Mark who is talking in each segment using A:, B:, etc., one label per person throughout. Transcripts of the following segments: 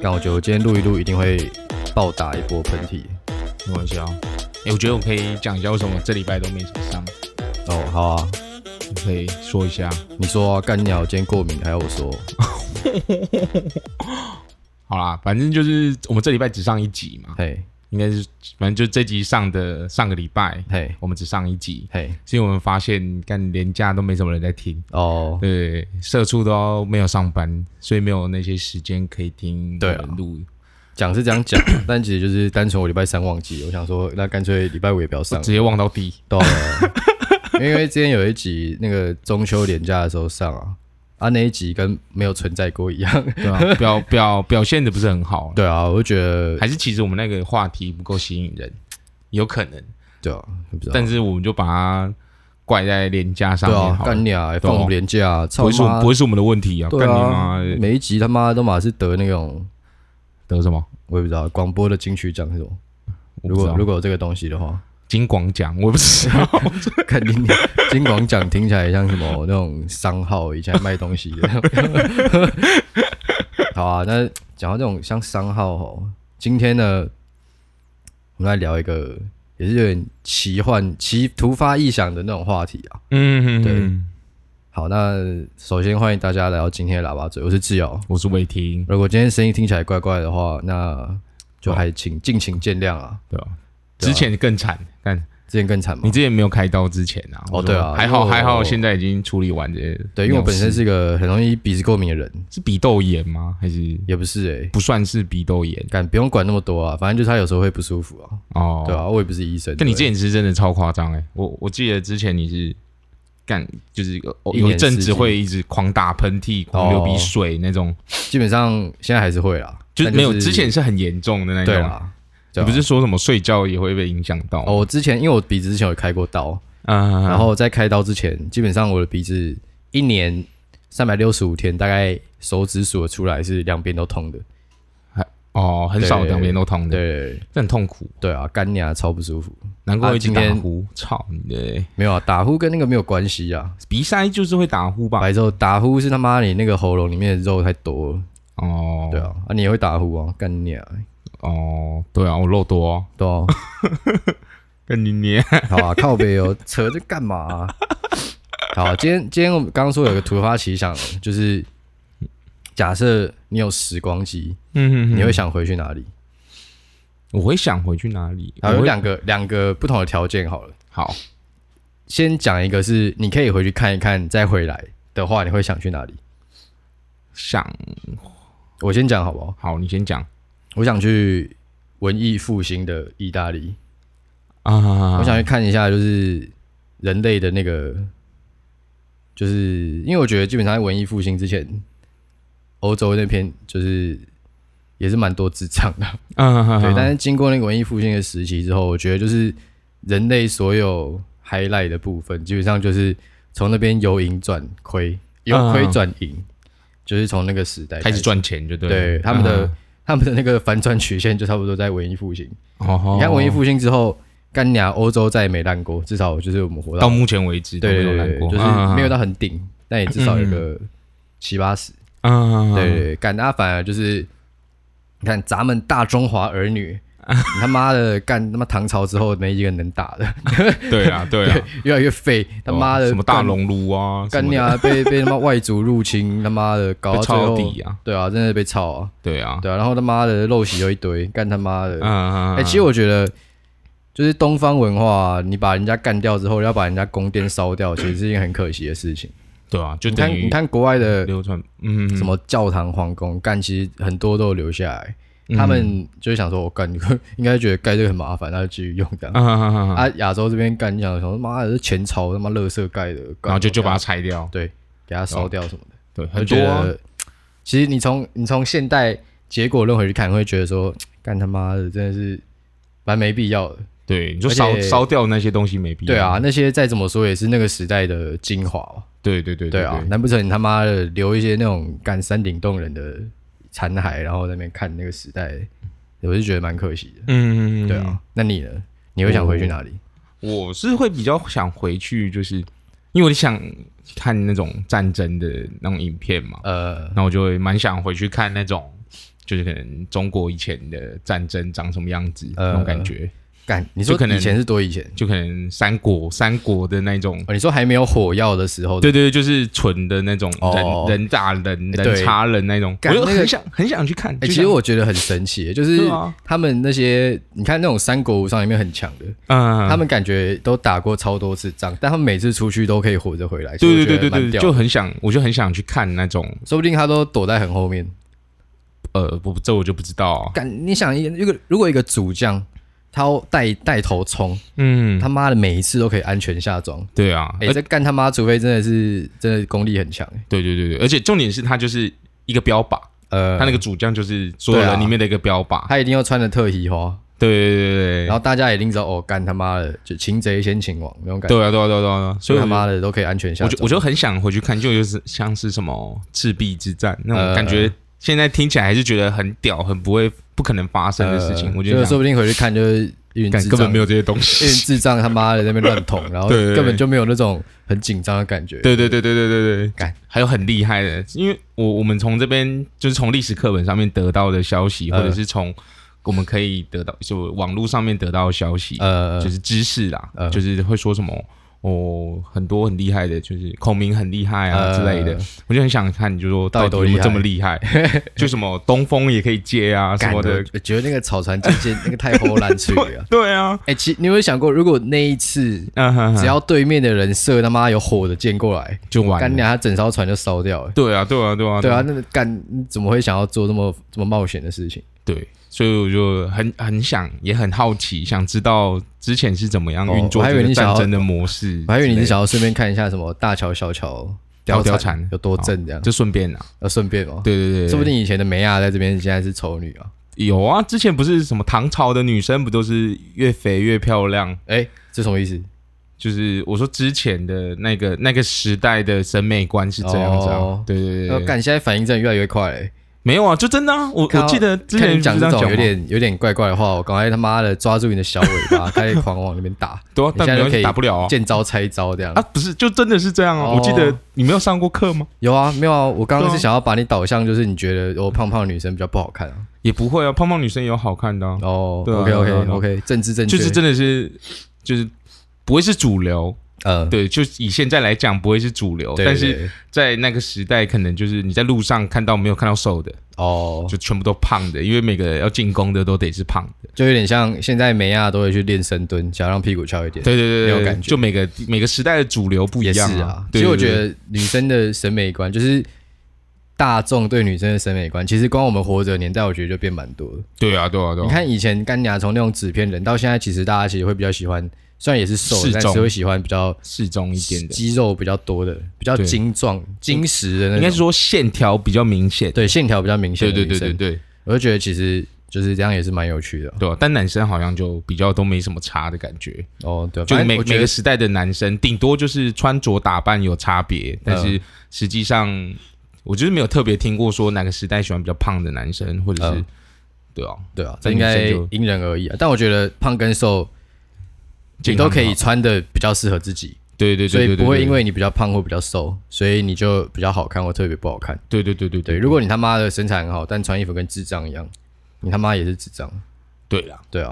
A: 但我觉得我今天录一录一定会暴打一波喷嚏。
B: 没关系啊。哎，我觉得我可以讲一下为什么我这礼拜都没怎么上，
A: 哦，好啊，
B: 你可以说一下。
A: 你说啊，干鸟今天过敏，还要我说？
B: 好啦，反正就是我们这礼拜只上一集嘛，
A: 嘿，
B: 应该是反正就这集上的上个礼拜，
A: 嘿，
B: 我们只上一集，
A: 嘿，
B: 是因为我们发现干连假都没什么人在听，
A: 哦，
B: 对，社畜都没有上班，所以没有那些时间可以听
A: 对啊
B: 我们录。
A: 讲是这样讲，但其实就是单纯我礼拜三忘记，我想说那干脆礼拜五也不要上
B: 直，接忘到底。
A: 对啊，因为之前有一集那个中秋连假的时候上啊，啊那一集跟没有存在过一样。
B: 对 啊，表表表现的不是很好，
A: 对啊，我就觉得
B: 还是其实我们那个话题不够吸引人，有可能，
A: 对啊，不知道。
B: 但是我们就把它怪在廉价上
A: 对
B: 面
A: 啊，
B: 好了，
A: 干鸟欸放我们连假，
B: 不
A: 操
B: 会是
A: 他
B: 我
A: 妈
B: 不！会是我们的问题啊，干
A: 对
B: 你
A: 啊
B: 妈，的
A: 每一集他妈都马是得那种，
B: 得什么？
A: 我也不知道广播的金曲奖是什么。
B: 我
A: 如
B: 不知
A: 果
B: 道
A: 如果有这个东西的 话，
B: 金广奖，我不知道，
A: 肯定金广奖听起来像什么那种商号以前卖东西的。 好啊，那讲到这种像商号哦，今天呢，我们来聊一个也是有点奇幻、奇突发异想的那种话题啊。
B: 嗯，
A: 对
B: 嗯，
A: 好，那首先欢迎大家来到今天的喇叭嘴，我是志尧。
B: 我是伟霆，
A: 如果今天声音听起来怪怪的话，那就还请敬请见谅啊。
B: 对吧？之前更惨，但
A: 之前更惨嘛
B: 你，之前没有开刀之前啊，
A: 哦
B: 我说
A: 对啊
B: 还
A: 因
B: 好
A: 为我
B: 还好，现在已经处理完这些鸟事，
A: 对，因为我本身是个很容易鼻子过敏的人，
B: 是鼻窦炎吗？还是
A: 也不是诶、
B: 不算是鼻窦炎
A: 敢不用管那么多啊，反正就是他有时候会不舒服啊，
B: 哦？
A: 对啊，我也不是医生。
B: 但你之
A: 对
B: 前是真的超夸张哎！我我记得之前你是干就是哦
A: 一年
B: 有一阵
A: 四
B: 子
A: 季
B: 会一直狂打喷嚏、狂流鼻
A: 哦
B: 水那种，
A: 基本上现在还是会啦，
B: 就是
A: 但
B: 没有之前是很严重的那种。
A: 对啦，对
B: 你
A: 啊
B: 不是说什么睡觉也会被影响到？
A: 哦，我之前因为我鼻子之前有开过刀，
B: 嗯，
A: 然后在开刀之前，基本上我的鼻子一年三百六十五天，大概手指数得出来是两边都痛的，
B: 哦，很少
A: 对
B: 两边都痛的，
A: 对
B: 这很痛苦，
A: 对啊，干牙超不舒服。
B: 难怪
A: 啊
B: 会一直
A: 今
B: 打
A: 天
B: 呼。操你的
A: 没有啊，打呼跟那个没有关系啊。
B: 鼻塞就是会打呼吧？
A: 白之后打呼是他妈你那个喉咙里面的肉太多了，
B: 哦，
A: 对啊，啊你也会打呼啊，干你啊，
B: 哦，对啊，我肉多哦，
A: 对 啊，
B: 跟你捏，
A: 好啊，靠背哦，扯这干嘛啊、好啊、今天今天我们刚刚说有个突发奇想，就是假设你有时光机，
B: 嗯，
A: 你会想回去哪里？
B: 我会想回去哪里？
A: 好，
B: 我
A: 有
B: 会
A: 两个两个不同的条件好了，
B: 好，
A: 先讲一个是你可以回去看一看，再回来的话，你会想去哪里？
B: 想
A: 我先讲好不好？
B: 好，你先讲
A: 我想去文艺复兴的意大利，
B: 啊，
A: 我想去看一下，就是人类的那个，就是因为我觉得基本上在文艺复兴之前，欧洲那边就是也是蛮多智障的，
B: 嗯，
A: 对。但
B: 是
A: 是经过那个文艺复兴的时期之后，我觉得就是人类所有 highlight 的部分，基本上就是从那边由盈转亏，由亏转盈，就是从那个时代
B: 啊开
A: 开
B: 始啊
A: 始。
B: 赚钱就对了。
A: 对他们的、他们的那个反转曲线，就差不多在文艺复兴。
B: 嗯，哦
A: 你看文艺复兴之后，干娘欧洲再也没烂过，至少就是我们活
B: 哦
A: 到
B: 到目前为止都
A: 对
B: 没
A: 对
B: 有
A: 对
B: 来
A: 对，
B: 过，嗯啊
A: 就是没有到很顶，但也至少有个七八十。
B: 嗯，嗯嗯嗯
A: 对对对，干他反而就是，你看咱们大中华儿 女，你他妈的干他妈唐朝之后没一个能打的，
B: 对啊对啊，哦
A: 越来越废， 他妈的
B: 什么大
A: 干
B: 熔炉啊，什
A: 干
B: 么的
A: 娘被被 他妈外族入侵，他妈的搞
B: 被
A: 到最
B: 抄到
A: 后，
B: 底啊，
A: 对啊，真的被操啊，
B: 对啊，
A: 对啊，然后他妈的陋习又一堆，干他妈的，
B: 嗯，
A: 哎、其实我觉得，就是东方文化、啊你把人家干掉之后，要把人家宫殿烧掉，其实是一件很可惜的事情。
B: 对啊，就
A: 你看，
B: 等
A: 你
B: 于
A: 看国外的
B: 流传，嗯，
A: 什么教堂、皇宫，干其实很多都有留下来。他
B: 嗯
A: 们就是想说，我干， 应该觉得盖这个很麻烦，那就继续用这样。
B: 嗯，嗯嗯嗯嗯
A: 啊，亚洲这边干，你想说，妈的，是前朝他妈垃圾盖的，干
B: 然后就就把它
A: 我
B: 拆掉，
A: 给它烧掉什么的。
B: 对，
A: 我
B: 很
A: 觉
B: 多啊
A: 得，其实你从你从现代结果论回去看，会觉得说，干他妈的，真的是蛮没必要的。
B: 对，你说
A: 而
B: 烧
A: 且
B: 烧掉那些东西没必要，
A: 对啊，，那些再怎么说也是那个时代的精华嘛。
B: 对对对
A: 对啊，难不成你他妈的留一些那种干山顶洞人的残骸，然后在那边看那个时代，我是觉得蛮可惜的。
B: 嗯，嗯嗯
A: 对啊，那你呢？你会想回去哪里？
B: 我是会比较想回去，就是因为我想看那种战争的那种影片嘛，
A: 呃，
B: 那我就会蛮想回去看那种就是可能中国以前的战争长什么样子、
A: 呃
B: 那种感觉，
A: 干，你说
B: 就可能
A: 以前是多以前
B: 就可能三国三国的那种。
A: 哦，你说还没有火药的时候，
B: 对对对，就是纯的那种人、
A: 哦
B: 人打人、
A: 哎
B: 人
A: 对
B: 差人那种，
A: 干
B: 我就
A: 那个
B: 很想、很想去看。
A: 哎、
B: 就
A: 其
B: 想
A: 实我觉得很神 奇，就是
B: 对啊
A: 他们那些，你看那种三国无双里面很强的，
B: 嗯，
A: 他们感觉都打过超多次仗，但他们每次出去都可以活着回来。所以
B: 对
A: 我
B: 对
A: 觉得
B: 对对
A: 蛮
B: 对，
A: 屌
B: 就
A: 的
B: 很想，我就很想去看那种，
A: 说不定他都躲在很后面。
B: 呃，不，这我就不知道、啊。
A: 干，你想一个一个如果一个主将，他要带带头冲，
B: 嗯，
A: 他妈的每一次都可以安全下庄。
B: 对啊，
A: 哎、
B: 而
A: 这干他妈，除非真的是真的功力很强、
B: 对对对对，而且重点是他就是一个标靶，
A: 呃，
B: 他那个主将就是所有
A: 对
B: 人
A: 啊
B: 里面的一个标靶。
A: 他一定要穿的特喜花，
B: 对对对对
A: 然
B: 对
A: 后大家一定知道哦，干他妈的就擒贼先擒王那种感觉，
B: 对啊对啊对啊对啊，所
A: 所以
B: 以
A: 他
B: 我就
A: 妈的都可以安全下
B: 我就
A: 庄。
B: 我就很想回去看，就就是像是什么赤壁之战那种
A: 呃
B: 感觉，现在听起来还是觉得很屌，很不会不可能发生的事情。
A: 呃
B: 我觉
A: 就
B: 得
A: 是说不定回去看就是一群
B: 干
A: 智
B: 根本
A: 障
B: 没有这些东西。
A: 一 群智障他妈的在那边乱 捅，然后
B: 对对对
A: 根本就没有那种很紧张的感觉。
B: 对对对对对对对，
A: 干
B: 还有很厉害的，因为我我们从这边就是从历史课本上面得到的消息，
A: 呃
B: 或者是从我们可以得到就网络上面得到的消息，
A: 呃，
B: 就是知识啦，
A: 呃
B: 就是会说什么哦，很多很厉害的，就是孔明很厉害啊、
A: 呃
B: 之类的，我就很想看，你就说
A: 到
B: 到
A: 底
B: 底有
A: 多
B: 没有
A: 厉
B: 这么厉害？就什么东风也可以接啊什
A: 干
B: 么的
A: 我，我觉得那个草船借箭那个太胡 乱去了。
B: 对啊，
A: 哎，其你有没有想过，如果那一次
B: 嗯哼
A: 只
B: 哼，
A: 要对面的人射他妈有火的箭过来，
B: 就完
A: 干
B: 了。
A: 娘他整艘船就烧掉了。
B: 对啊，对啊，对啊，
A: 对啊，，那个干你怎么会想要做这么这么冒险的事情？
B: 对，所以我就很很想，也很好奇，想知道之前是怎么样
A: 哦
B: 运作
A: 我还以
B: 这
A: 为
B: 个
A: 你想
B: 战
A: 要
B: 争的模式。
A: 我还以为你是想要顺便看一下什么大乔小乔
B: 哦貂貂
A: 蝉
B: 蝉哦
A: 有多正这样，
B: 就顺便啊，
A: 要顺便哦。
B: 对对对对，
A: 说不定以前的梅亚在这边现在是丑女啊。
B: 有啊。之前不是什么唐朝的女生不都是越肥越漂亮？
A: 哎，这什么意思？
B: 就是我说之前的那个那个时代的审美观是这样子啊，
A: 哦
B: 对对
A: 那
B: 对对，
A: 干现在反应真的越来越快嘞。
B: 没有啊，就真的啊，我
A: 看
B: 我
A: 到
B: 记得之
A: 看
B: 前
A: 你讲
B: 不
A: 这
B: 是这样
A: 种
B: 吗
A: 有点有点怪怪的话，我赶快他妈的抓住你的小尾 巴，开始狂往那边打，
B: 对啊，
A: 你
B: 但
A: 现在就
B: 没有
A: 可以
B: 打不了啊，
A: 见招拆招这样
B: 啊。不是，就真的是这样啊，
A: 哦
B: 我记得你没有上过课吗？
A: 有啊，没有啊？我刚刚
B: 对
A: 是
B: 啊
A: 想要把你导向，就是你觉得我胖胖的女生比较不好看啊。
B: 也不会啊，胖胖女生也有好看的啊，
A: 哦
B: 对啊
A: ，OK
B: 对啊
A: OK
B: 对啊
A: OK，政治正确，
B: 就是真的是就是不会是主流，
A: 呃，
B: 对，就以现在来讲不会是主流，
A: 对
B: 但
A: 对
B: 是
A: 对
B: 在那个时代，可能就是你在路上看到没有看到瘦的，
A: 哦，
B: 就全部都胖的，因为每个要进攻的都得是胖的，
A: 就有点像现在梅亚都会去练深蹲，想要让屁股翘一点。
B: 对对
A: 没
B: 对
A: 有
B: 对，
A: 感觉
B: 就每个每个时代的主流不一
A: 也是
B: 样
A: 啊。
B: 对
A: 其实我
B: 对
A: 觉
B: 对
A: 得女生的审美观，就是大众对女生的审美观，其实光我们活着的年代，我觉得就变蛮多了。
B: 对啊对啊对啊，
A: 你看以前干娘从那种纸片人，到现在其实大家其实会比较喜欢，虽然也是瘦
B: 适，
A: 但
B: 中
A: 是会喜欢比较
B: 适中一点的，
A: 肌肉比较多的、比较
B: 对
A: 精壮、精实的那种，
B: 应该是说线条比较明显，
A: 对线条比较明显
B: 对
A: 的
B: 对
A: 女
B: 对
A: 生。
B: 对对
A: 我就觉得其实就是这样，也是蛮有趣的
B: 对啊，但男生好像就比较都没什么差的感觉，
A: 哦。对，
B: 就
A: 反正
B: 每
A: 我觉
B: 每
A: 得
B: 个时代的男生，顶多就是穿着打扮有差
A: 嗯
B: 别，但是实际上，我就是没有特别听过说哪个时代喜欢比较胖的男生，或者是、
A: 嗯
B: 对啊，
A: 对啊，这
B: 在
A: 应
B: 女生
A: 该
B: 就
A: 因人而异啊。但我觉得胖跟瘦，你
B: 健
A: 都
B: 康
A: 可以
B: 就好，
A: 穿的比较适合自己。
B: 对对
A: 所
B: 对
A: 以
B: 对，
A: 不会因
B: 为
A: 为你比较胖或比较瘦，所以你就比较好看或特别不好看。
B: 对对对对
A: 对，
B: 对
A: 如果你他妈的身材很好，但穿衣服跟智障一样，你他妈也是智障。
B: 对啦，
A: 对啊，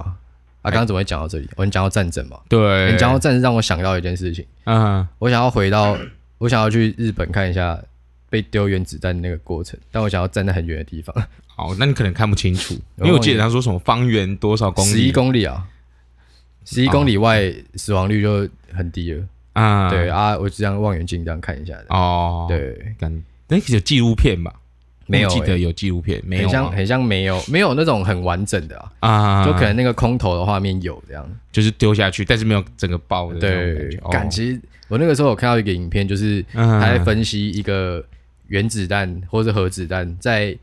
A: 啊，刚刚怎么会讲到这里？我们讲到战争嘛，
B: 对，
A: 你讲到战争让我想到一件事情，
B: 嗯，
A: 我想要回到，我想要去日本看一下被丢原子弹的那个过程，但我想要站在很远的地方，
B: 好，那你可能看不清楚，因
A: 然后
B: 为我记得他说什么方圆多少公里，
A: 哦
B: 哦
A: 十一公里啊，十一公里外死亡率就很低了。
B: 啊，
A: 对啊，我就这样望远镜这样看一下的。
B: 哦，，
A: 对，
B: 感那有纪录片吧？
A: 没有
B: 我记
A: 欸
B: 得有纪录片，没有
A: 很像
B: 啊
A: 很像没有没有那种很完整的啊，
B: 啊，
A: 就可能那个空投的画面有这样。
B: 就是丢下去，但是没有整个爆的那种
A: 对
B: 感觉，，哦
A: 感
B: 觉
A: 其实我那个时候有看到一个影片，就是他
B: 嗯
A: 在分析一个原子弹或者核子弹在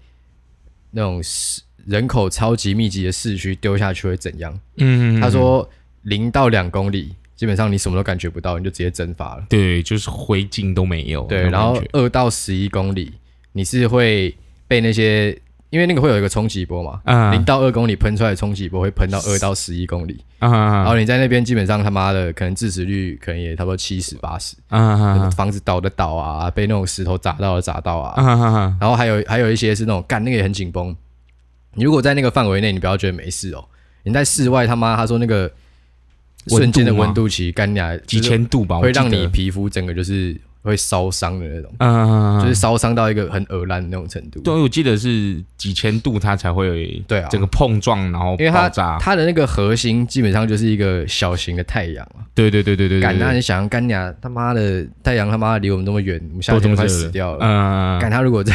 A: 那种市人口超级密集的市区丢下去会怎样。
B: 嗯，
A: 他说零到两公里，基本上你什么都感觉不到，你就直接蒸发了。
B: 对，就是灰烬都没有。
A: 对，
B: 哦那种
A: 然后
B: 感觉
A: 二到十一公里，你是会被那些，因为那个会有一个冲击波嘛，零
B: 啊
A: 到二公里喷出来的冲击波会喷到二到十一公里，
B: 啊
A: 然
B: 啊
A: 后你在那边基本上他妈的可能致死率可能也差不多七十八十，
B: 啊啊
A: 房子倒的倒啊，被那种石头砸到的砸到啊，
B: 啊！
A: 然后还有还有一些是那种干那个也很紧绷，你如果在那个范围内，你不要觉得没事哦。你在室外，他妈他说那个
B: 温度
A: 瞬间的
B: 吗
A: 温度其实干俩
B: 几，千度吧，
A: 就是
B: 我
A: 会
B: 记
A: 让
B: 得
A: 你皮肤整个就是会烧伤的那种，
B: 嗯，
A: 就是烧伤到一个很恶烂的那种程度。
B: 对，我记得是几千度它才会
A: 对啊
B: 整个碰撞然后
A: 因为它
B: 爆炸，
A: 它的那个核心基本上就是一个小型的太阳啊，
B: 对对对对对对
A: 敢那
B: 对，
A: 你想干娘他妈的太阳他妈离我们那么远，我们夏天
B: 么
A: 快
B: 热
A: 死掉了。
B: 嗯，
A: 赶他如果在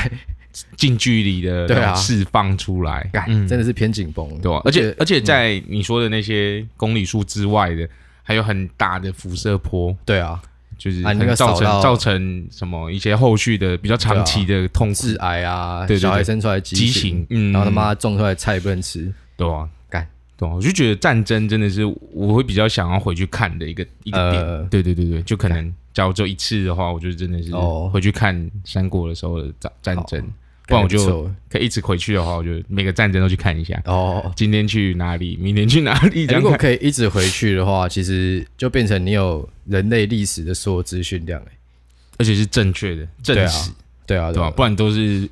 B: 近距离的
A: 对啊
B: 那种释放出来，
A: 赶，
B: 嗯
A: 真的是偏紧绷。
B: 对啊，而且而且在你说的那些公里数之外的，还有很大的辐射波，
A: 对啊，
B: 就是
A: 啊你那
B: 很
A: 个
B: 造
A: 扫
B: 成
A: 到
B: 造成什么一些后续的比较长期的痛苦
A: 致癌啊，
B: 对对对
A: 小孩生出来畸
B: 畸
A: 形，
B: 形，嗯，
A: 然后他妈种出来菜也不能吃，
B: 对啊，
A: 干
B: 对啊，我就觉得战争真的是我会比较想要回去看的一个一个点，
A: 呃
B: 对对对对，就可能假如只有一次的话，我就真的是
A: 哦
B: 回去看三国的时候的战战争，不然
A: 感
B: 我
A: 觉不
B: 就
A: 错
B: 可以一直回去的话，我就每个战争都去看一下，
A: 哦。哎
B: 今天去哪里，明天去哪里，
A: 如
B: 这样
A: 果
B: 看。
A: 可以一直回去的话，其实就变成你有人类历史的所有资讯量、欸。
B: 而且是正确的
A: 对
B: 正
A: 啊
B: 史，
A: 对啊，
B: 对
A: 对
B: 吧？
A: 啊，
B: 不然都是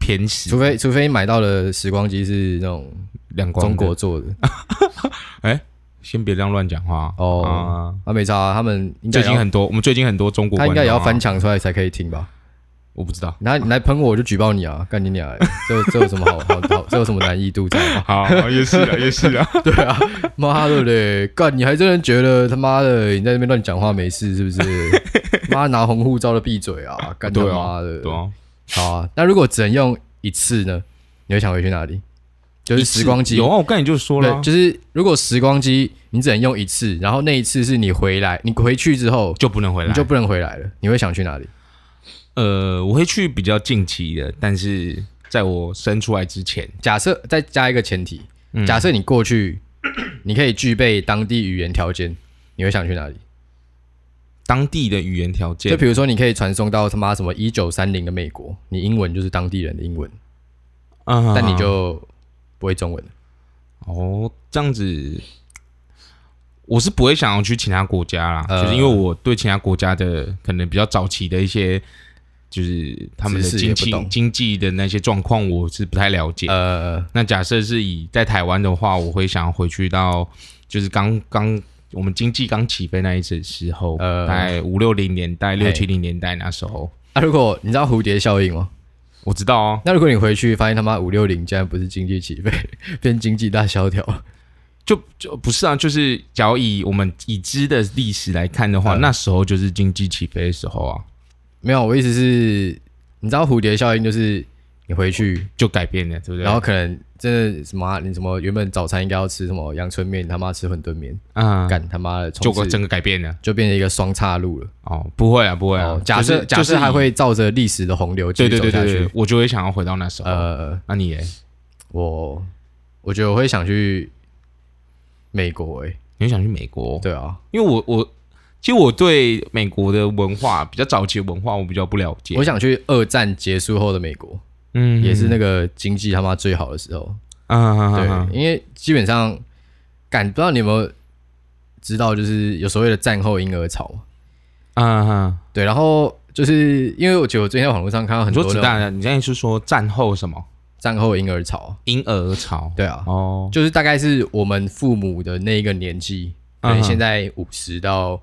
B: 偏史
A: 除非除非你买到的时光机是那种
B: 亮光的。
A: 中国做的，
B: 先别这样乱讲话
A: 哦
B: 啊
A: 啊没差、啊，他们应该
B: 最
A: 也要
B: 近很多，我们最近很多中国
A: 他应该也要
B: 观
A: 翻
B: 众啊，
A: 墙出来才可以听吧？
B: 我不 知道。
A: 你来你来喷我，我就举报你啊！干你俩、欸，这有这有什么好好好？这有什么难易度在吗？
B: 好，也是啊，也是啊。
A: 对啊，妈的嘞！干，你还真的觉得他妈的你在那边乱讲话没事是不 是？妈拿红护照的闭嘴啊！干他
B: 对
A: 妈
B: 啊
A: 的，，
B: 对啊，
A: 好啊。那如果只能用一次呢？你会想回去哪里？就是时光机
B: 有啊，我刚才就说了
A: 对，
B: 啊，
A: 就是如果时光机你只能用一次，然后那一次是你回来，你回去之后
B: 就不能回
A: 你
B: 来
A: 就。不能回来了，你会想去哪里？
B: 呃，我会去比较近期的，但是在我生出来之前，
A: 假设再加一个前提，
B: 嗯
A: 假设你过去，你可以具备当地语言条件，你会想去哪里？
B: 当地的语言条
A: 就
B: 件
A: 比如说，你可以传送到他妈什么一九三零的美国，你英文就是当地人的英文，
B: 啊
A: 但你就不会中文了。
B: 哦，这样子，我是不会想要去其他国家啦，
A: 呃
B: 就是因为我对其他国家的可能比较早期的一些，就是他们的
A: 知识也
B: 经
A: 不
B: 济
A: 懂
B: 经济的那些状况，我是不太了解。
A: 呃，
B: 那假设是以在台湾的话，我会想要回去到就是刚刚我们经济刚起飞那一次时候，
A: 呃
B: 大概五六零年代、六
A: 嘿
B: 七零年代那时候，
A: 那、啊如果你知道蝴蝶效应吗？
B: 我知道哦，
A: 那如果你回去发现他妈五六零竟然不是经济起飞， 变经济大萧条，
B: 就就不是啊，就是假如以我们已知的历史来看的话，
A: 呃
B: 那时候就是经济起飞的时候啊。
A: 没有，我意思是，你知道蝴蝶效应就是你回去，
B: 就改变了，哦对不对？
A: 然后可能真的什么啊、你什么原本早餐应该要吃什么阳春面，你他妈吃馄饨面，
B: 啊，
A: 干、他妈的，
B: 就
A: 从此
B: 整个改变了。
A: 就变成一个双岔路了。
B: 哦，不会啊，不会啊。
A: 哦假设、
B: 就是
A: 假
B: 就是
A: 设
B: 以
A: 还会照着历史的洪流继
B: 对
A: 续
B: 对
A: 走
B: 对
A: 下
B: 对对
A: 去，，
B: 我就会想要回到那时候。
A: 呃，
B: 那你嘞？
A: 我我觉得我会想去美国、欸，诶，
B: 你会想去美国？
A: 对啊，
B: 因为我我其实我对美国的文化比较早期的文化我比较不了解。
A: 我想去二战结束后的美国，
B: 嗯
A: 也是那个经济他妈最好的时候，
B: 啊，
A: 对，
B: 对，
A: 因为基本上，感不知道你有没有知道，就是有所谓的战后婴儿潮嘛。
B: 啊，
A: 对，然后就是因为我觉得我最近在网络上看到很
B: 很
A: 多那
B: 多子
A: 种
B: 弹啊，你现在是说战后什么
A: 战后婴儿潮，
B: 婴儿潮？
A: 对啊，
B: 哦，
A: 就是大概是我们父母的那一个年纪，可能
B: 嗯哼
A: 现在五十到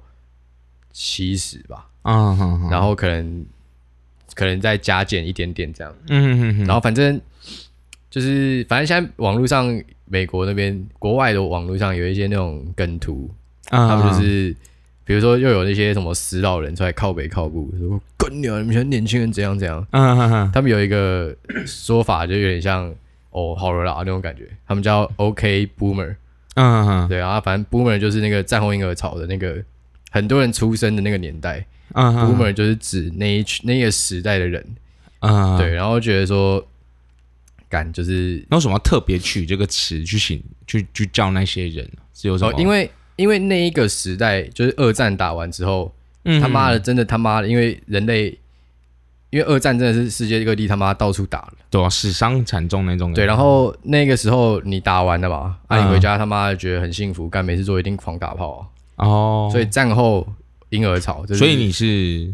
A: 七十吧，
B: 啊，哼哼
A: 然后可能可能再加减一点点这样，
B: 嗯哼哼
A: 然后反正就是反正现在网络上美国那边国外的网络上有一些那种梗图，
B: 哼，
A: 他们就
B: 啊
A: 是，比如说又有那些什么死老人出来靠北靠步，说“滚你啊，你们现在年轻人怎样怎样
B: 啊哈”，哈，
A: 他们有一个说法，就有点像“哦，好了啦”那种感觉，他们叫 “OK Boomer”。
B: 嗯哼，
A: 对啊，反正 Boomer 就是那个战后婴儿潮的那个很多人出生的那个年代、
B: 嗯
A: b o o
B: 哼
A: m e r 就是指那一群那个时代的人。
B: 啊，
A: 对，然后觉得说，感就是
B: 那为什么要特别取这个词去形去去叫那些人？是有什么
A: 哦？，因为因为那一个时代就是二战打完之后，
B: 为
A: 他妈的，真的他妈的，因为人类，因为二战真的是世界各地他妈到处打了，
B: 对啊，死伤惨重那种感觉。
A: 对，然后那个时候你打完了嘛，啊，你
B: 嗯
A: 回家他妈的觉得很幸福，干没事做一定狂打炮啊、
B: 哦，
A: 所以战后婴儿潮，就是
B: 所以你是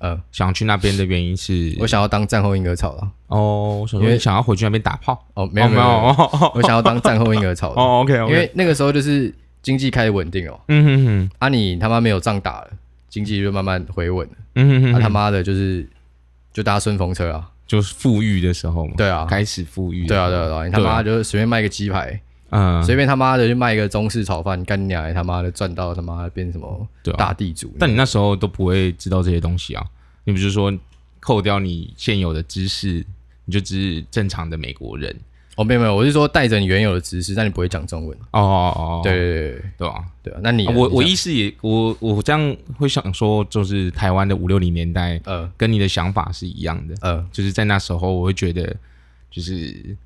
A: 呃，
B: 想去那边的原因是
A: 我想要当战后婴儿潮了。
B: 哦，我想
A: 因
B: 说
A: 为
B: 你想要回去那边打炮？
A: 哦，没有
B: 哦
A: 没有，没有
B: 哦哦
A: 我想要当战后婴儿潮的，
B: 哦，OK，
A: 因为那个时候就是经济开始稳定哦，
B: 嗯哼哼，
A: 啊，你他妈没有仗打了，经济就慢慢回稳了，
B: 嗯哼哼
A: 啊
B: 哼，
A: 他妈的就是就搭顺风车啊，
B: 就是富裕的时候嘛，
A: 对啊，
B: 开始富裕，
A: 对啊，对啊，对啊，你他妈
B: 对
A: 就是随便卖个鸡排，
B: 嗯，
A: 随便他妈的就卖一个中式炒饭，干你娘他妈的赚到他妈的变什么
B: 对啊
A: 大地主？
B: 但你那时候都不会知道这些东西啊，你不是说扣掉你现有的知识，你就只是正常的美国人？
A: 哦，没有没有，我是说带着你原有的知识，但你不会讲中文。
B: 哦哦哦，
A: 对对对对
B: 对啊，
A: 对啊，那你呢
B: 我
A: 你
B: 我
A: 想
B: 意思也我我这样会想说，就是台湾的五六零年代
A: 呃
B: 跟你的想法是一样的，
A: 呃
B: 就是在那时候我会觉得就是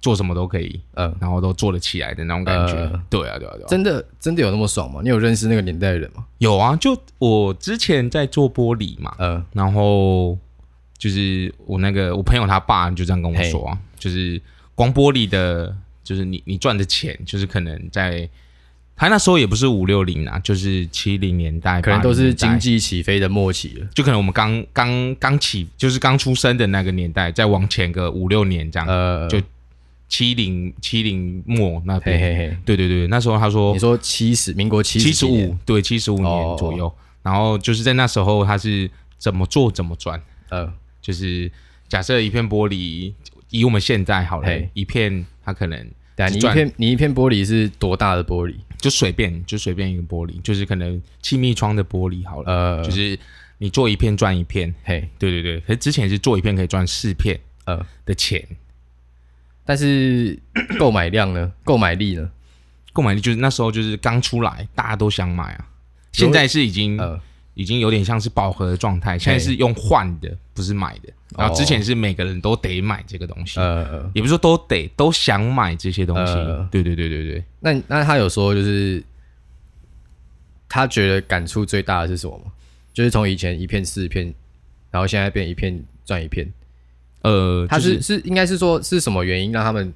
B: 做什么都可以，
A: 呃，
B: 然后都做得起来的那种感觉。
A: 呃
B: 对啊，对啊，对啊，
A: 真的真的有那么爽吗？你有认识那个年代的人吗？
B: 有啊，就我之前在做玻璃嘛，
A: 呃
B: 然后就是我那个我朋友他爸就这样跟我说啊，就是光玻璃的，就是你你赚的钱，就是可能在他那时候也不是五六零啊，就是七零年代，
A: 可能都是
B: 80年
A: 经，
B: 代
A: 济起飞的末期了。
B: 就可能我们刚刚刚起，就是刚出生的那个年代，再往前个五六年这样，
A: 呃，
B: 就七零七零末那
A: 嘿
B: 边，
A: 嘿嘿，
B: 对对对，那时候他说
A: 你说七十，民国七
B: 哦七
A: 几
B: 十
A: 年
B: 五，对七十五
A: 哦
B: 年左右，然后就是在那时候他是怎么做怎么赚。
A: 呃
B: 就是假设一片玻璃，以我们现在好了
A: 嘿，
B: 一片它可能
A: 等下啊你
B: 只
A: 一
B: 赚
A: 片你一片玻璃是多大的玻璃？
B: 就随便就随便一个玻璃，就是可能气密窗的玻璃好了，
A: 呃，
B: 就是你做一片赚一片，
A: 嘿
B: 对对对。可是之前是做一片可以赚四片
A: 呃，
B: 的钱，
A: 但 是购买量呢？购买力呢？
B: 购买力就是那时候就是刚出来，大家都想买啊。现在是已经、
A: 呃
B: 已经有点像是饱和的状态，现在是用换的，不是买的。然后之前是每个人都得买这个东西，
A: 呃，
B: 也不是说都得都想买这些东西。
A: 呃
B: 对对对对对，
A: 那那他有说就是他觉得感触最大的是什么吗？就是从以前一片四片，然后现在变一片赚一片，
B: 呃，
A: 他
B: 就是
A: 是应该是说是什么原因让他们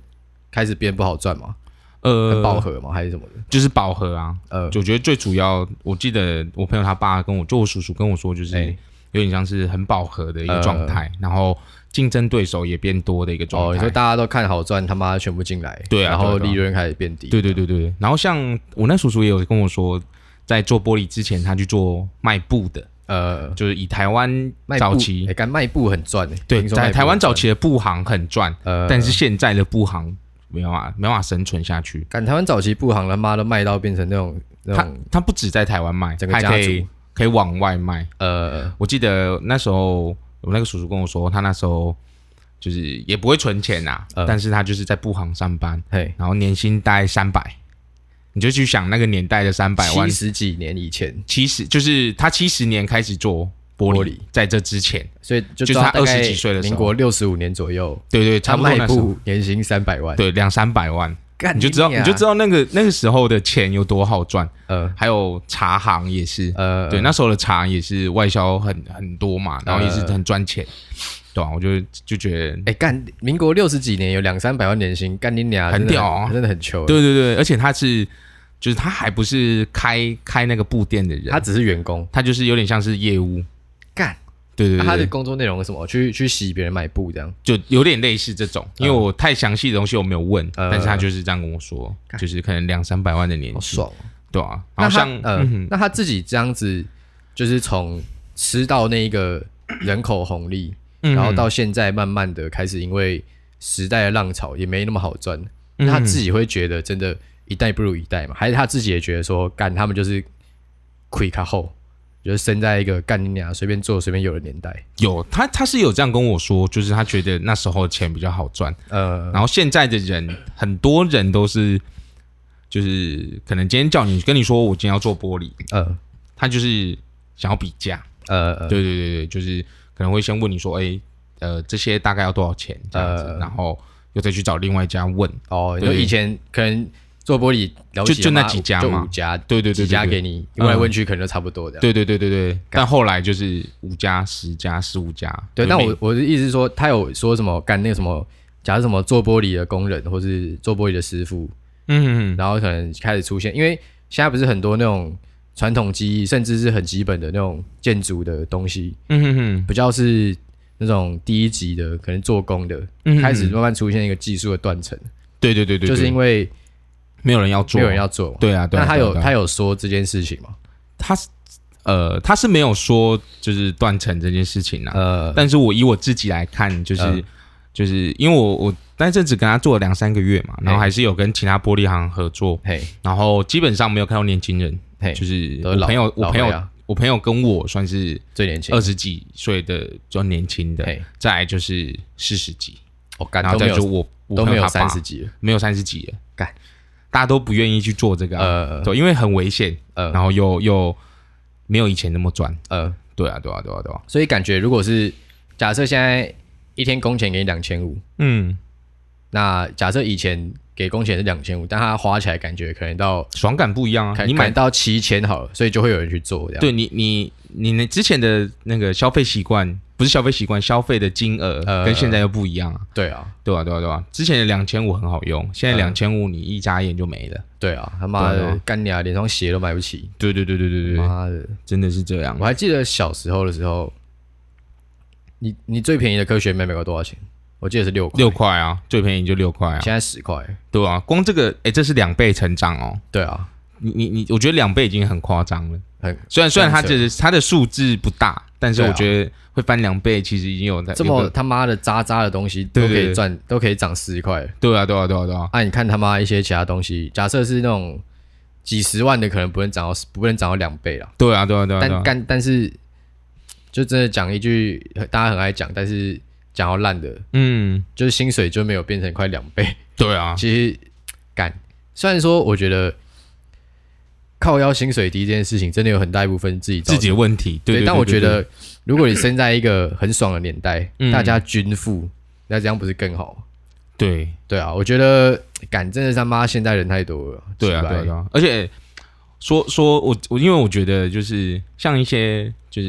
A: 开始变不好赚吗？很
B: 呃，
A: 饱和吗？还是什么的？
B: 就是饱和啊。
A: 呃，
B: 我觉得最主要，我记得我朋友他爸跟我，就我叔叔跟我说，就是
A: 哎呃
B: 有点像是很饱和的一个状态，然后竞争对手也变多的一个
A: 哦，
B: 状
A: 你
B: 态。
A: 说大家都看好赚，他妈全部进来，
B: 对啊
A: 然后
B: 对啊对啊
A: 利润开始变低，
B: 对对对对对。然后像我那叔叔也有跟我说，在做玻璃之前，他去做卖布的，
A: 呃，
B: 就是以台湾
A: 卖布
B: 早期
A: 哎，干卖布很赚哎，
B: 对
A: 听说卖
B: 在
A: 布
B: 台湾
A: 很赚
B: 早，期的布行很赚，
A: 呃，
B: 但是现在的布行没有啊，没办法生存下去。
A: 干台湾早期布行他妈都卖到变成那种那
B: 他
A: 种
B: 他不止在台湾卖，
A: 整个
B: 还
A: 家
B: 可以
A: 族
B: 可以往外卖。
A: 呃
B: 我记得那时候我那个叔叔跟我说，他那时候就是也不会存钱呐、啊，
A: 嗯
B: 但是他就是在布行上班，
A: 嘿
B: 然后年薪大概三百，你就去想那个年代的三百万
A: 七，十几年以前，
B: 七十就是他七十年开始做玻璃，
A: 玻璃
B: 在这之前，
A: 所以就
B: 就是
A: 到
B: 他
A: 大概
B: 20几岁的时候
A: 民国六十五年左右，
B: 对对，
A: 他
B: 差不多
A: 卖
B: 那时候，
A: 布哎年薪三百万，
B: 对两三百万，
A: 干
B: 你就知道你就知
A: 道，
B: 道那个那个时候的钱有多好赚，
A: 呃
B: 还有茶行也是，
A: 呃，
B: 对，那时候的茶也是外销很很多嘛，然后也是
A: 呃
B: 很赚钱，对啊，我就就觉得
A: 哎干民国六十几年有两三百万年薪，干你娘
B: 很
A: 真的
B: 屌啊
A: 真的很穷，
B: 对对对，而且他是，就是他还不是开开那个布店的人，
A: 他
B: 他
A: 只是员工，
B: 他就是有点像是业务，
A: 干
B: 对对
A: 那
B: 对，
A: 啊他的工作内容是什么？去去洗别人买布这样，
B: 就有点类似这种，
A: 嗯
B: 因为我太详细的东西我没有问，
A: 呃
B: 但是他就是这样跟我说，
A: 干
B: 就是可能两三百万的年
A: 好
B: 薪，
A: 爽哦。
B: 对啊，然
A: 那他
B: 后像
A: 呃
B: 嗯哼，
A: 那他自己这样子，就是从吃到那一个人口红利，
B: 嗯
A: 然后到现在慢慢的开始，因为时代的浪潮也没那么好赚，
B: 嗯
A: 那他自己会觉得真的，一代不如一代嘛？还是他自己也觉得说，干他们就是亏卡后，就是生在一个干你娘随便做随便有的年代，
B: 有他他是有这样跟我说，就是他觉得那时候钱比较好赚，
A: 呃，
B: 然后现在的人很多人都是。就是可能今天叫你跟你说我今天要做玻璃，
A: 呃，
B: 他就是想要比价，
A: 呃，呃，
B: 对对对对，就是可能会先问你说，哎、呃，这些大概要多少钱这样子，
A: 呃
B: 然后又再去找另外一家问。
A: 哦，就
B: 对
A: 以前可能做玻璃了不起
B: 就就
A: 的
B: 那
A: 话
B: 几家
A: 就
B: 嘛
A: 五家，
B: 对嗯对对
A: 几
B: 对
A: 家
B: 对
A: 给你问来问去，可能都差不多的。
B: 对对对对对，但后来就是五家、十家、十五家。
A: 对，
B: 就
A: 但
B: 每
A: 我我的意思是说，他有说什么干那个什么，假如什么做玻璃的工人或是做玻璃的师傅，
B: 嗯嗯嗯
A: 然后可能开始出现，因为现在不是很多那种传统技艺，甚至是很基本的那种建筑的东西，
B: 嗯哼哼，
A: 比较是那种第一级的，可能做工的，
B: 嗯
A: 开始慢慢出现一个技术的断层，
B: 对对对对，
A: 就是因
B: 为
A: 为
B: 没有人要做，
A: 没有人要做嘛。
B: 对啊，对啊。
A: 那他
B: 对啊
A: 有
B: 对啊
A: 他有说这件事情吗？
B: 他是呃，他是没有说就是断层这件事情啊，
A: 呃，
B: 但是我以我自己来看，就是、
A: 嗯
B: 就是因为我我那阵子跟他做了两三个月嘛，然
A: 哎
B: 后还是有跟其他玻璃行合作，
A: 嘿，然
B: 然后基本上没有看到年轻人，
A: 嘿，
B: 就是
A: 都
B: 我
A: 是老
B: 朋友我
A: 老
B: 朋
A: 黑
B: 友
A: 啊
B: 我朋友跟我算是
A: 最年轻
B: 二，十几岁的比较年轻的，
A: 嘿，
B: 再来就是四十几，
A: 我干
B: 然后
A: 都
B: 再
A: 没
B: 就
A: 有
B: 我我
A: 都
B: 朋
A: 没
B: 友
A: 有
B: 他爸
A: 三十几了，
B: 没有三十几了，
A: 干，
B: 大家都不愿意去做这个啊、
A: 呃
B: 对，因为很危险，然
A: 呃
B: 后又又没有以前那么赚。
A: 呃，
B: 对啊，对啊，对啊，对啊。
A: 所以感觉如果是假设现在一天工钱给你两千五，
B: 嗯，
A: 那假设以前给工钱是两千五，但他花起来感觉可能到
B: 爽感不一样啊
A: 可。
B: 你
A: 你
B: 买
A: 买到七千好了，所以就会有人去做这样。
B: 对你你你那之前的那个消费习惯，不是消费习惯，消费的金额
A: 呃
B: 跟现在又不一样啊。
A: 对啊，
B: 对啊，对啊，对啊。之前的两千五很好用，
A: 嗯
B: 现在两千五你一眨眼就没了。
A: 对啊，他妈
B: 对
A: 的
B: 啊
A: 干你啊，连双鞋都买不起，
B: 对对对对对对，
A: 妈的！
B: 真的是这样
A: 我。还记得小时候的时候，你你最便宜的科学美美国多少钱？我记得是六块，
B: 六块啊，最便宜就六块啊。
A: 现在十块。
B: 对啊，光这个，哎，这是两倍成长哦。
A: 对啊，
B: 你你你，我觉得两倍已经很夸张了。
A: 很
B: 虽然虽然它
A: 这
B: 这它的数字不大，但是
A: 对啊
B: 我觉得会翻两倍，其实已经有在
A: 这
B: 有
A: 么
B: 个
A: 他妈的渣渣的东西
B: 对
A: 都可
B: 对对
A: 以赚，都可以涨十块。
B: 对啊对啊对啊对啊，
A: 啊，你看他妈一些其他东西，假设是那种几十万的，可能不能涨到不能涨到两倍啦。
B: 对啊对啊对啊对啊
A: 但，但但是，就真的讲一句大家很爱讲，但是讲到烂的，
B: 嗯，
A: 就是薪水就没有变成快两倍。
B: 对啊，
A: 其实干，虽然说我觉得靠腰薪水低这件事情，真的有很大一部分自己造
B: 自
A: 成
B: 己的问题，对，对
A: 但我觉，
B: 对对对
A: 得如果你生在一个很爽的年代，
B: 嗯
A: 大家均富，那这样不是更好吗？
B: 对
A: 对啊，我觉得干真的他妈现代人太多了。
B: 对啊
A: 是吧
B: 对啊对啊，而且说说我我因为我觉得就是像一些就是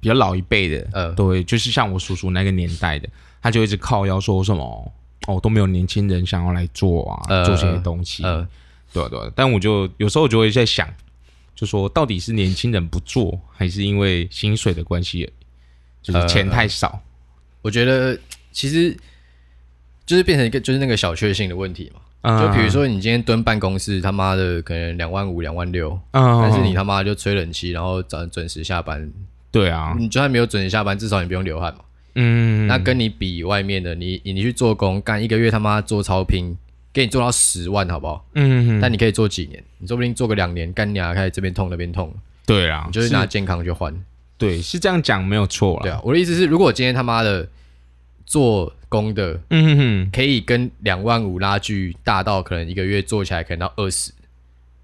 B: 比较老一辈的，
A: 呃，
B: 对，就是像我叔叔那个年代的，他就一直靠腰说什么哦都没有年轻人想要来做啊，
A: 呃
B: 做这些东西，
A: 呃，
B: 对啊，对啊，但我就有时候我就会在想，就说到底是年轻人不做，还是因为薪水的关系，就是
A: 呃
B: 钱太少？
A: 我觉得其实就是变成一个就是那个小确幸的问题嘛。
B: 嗯
A: 就比如，说你今天蹲办公室，他妈的可能两万五、两万六，
B: 嗯
A: 但是你他妈就吹冷气，然后早准时下班。
B: 对啊，
A: 你就算没有准时下班，至少你不用流汗嘛。
B: 嗯，
A: 那跟你比外面的，你你去做工干一个月，他妈做超拼，给你做到十万好不好？
B: 嗯，
A: 但你可以做几年，你说不定做个两年，干你啊，开始这边痛那边痛，
B: 对啊，
A: 你就是拿健康去换。
B: 对是这样讲没有错
A: 对
B: 啦。
A: 啊，我的意思是，如果今天他妈的做工的
B: 嗯哼，
A: 可以跟两万五拉锯大到可能一个月做起来可能到二十，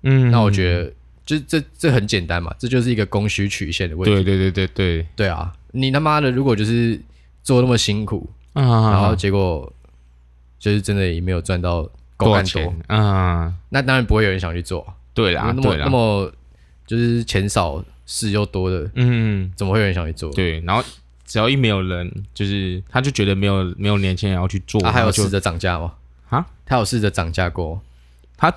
B: 嗯，
A: 那我觉得就这这很简单嘛，这就是一个供需曲线的问题。
B: 对对对对对
A: 对啊，你他妈的如果就是做那么辛苦，然后
B: 啊，
A: 结果就是真的也没有赚到够
B: 多少
A: 干多，
B: 钱啊？
A: 那当然不会有人想去做。啊
B: 对啦，
A: 那
B: 对
A: 么那
B: 啦，
A: 么就是钱少事又多的，
B: 嗯，
A: 怎么会有人想去做？
B: 对，然后只要一没有人，就是他就觉得没有没有年轻人要去做，
A: 啊，还
B: 然
A: 有
B: 后就
A: 试着涨价吗？
B: 啊，
A: 他有试着涨价过？
B: 他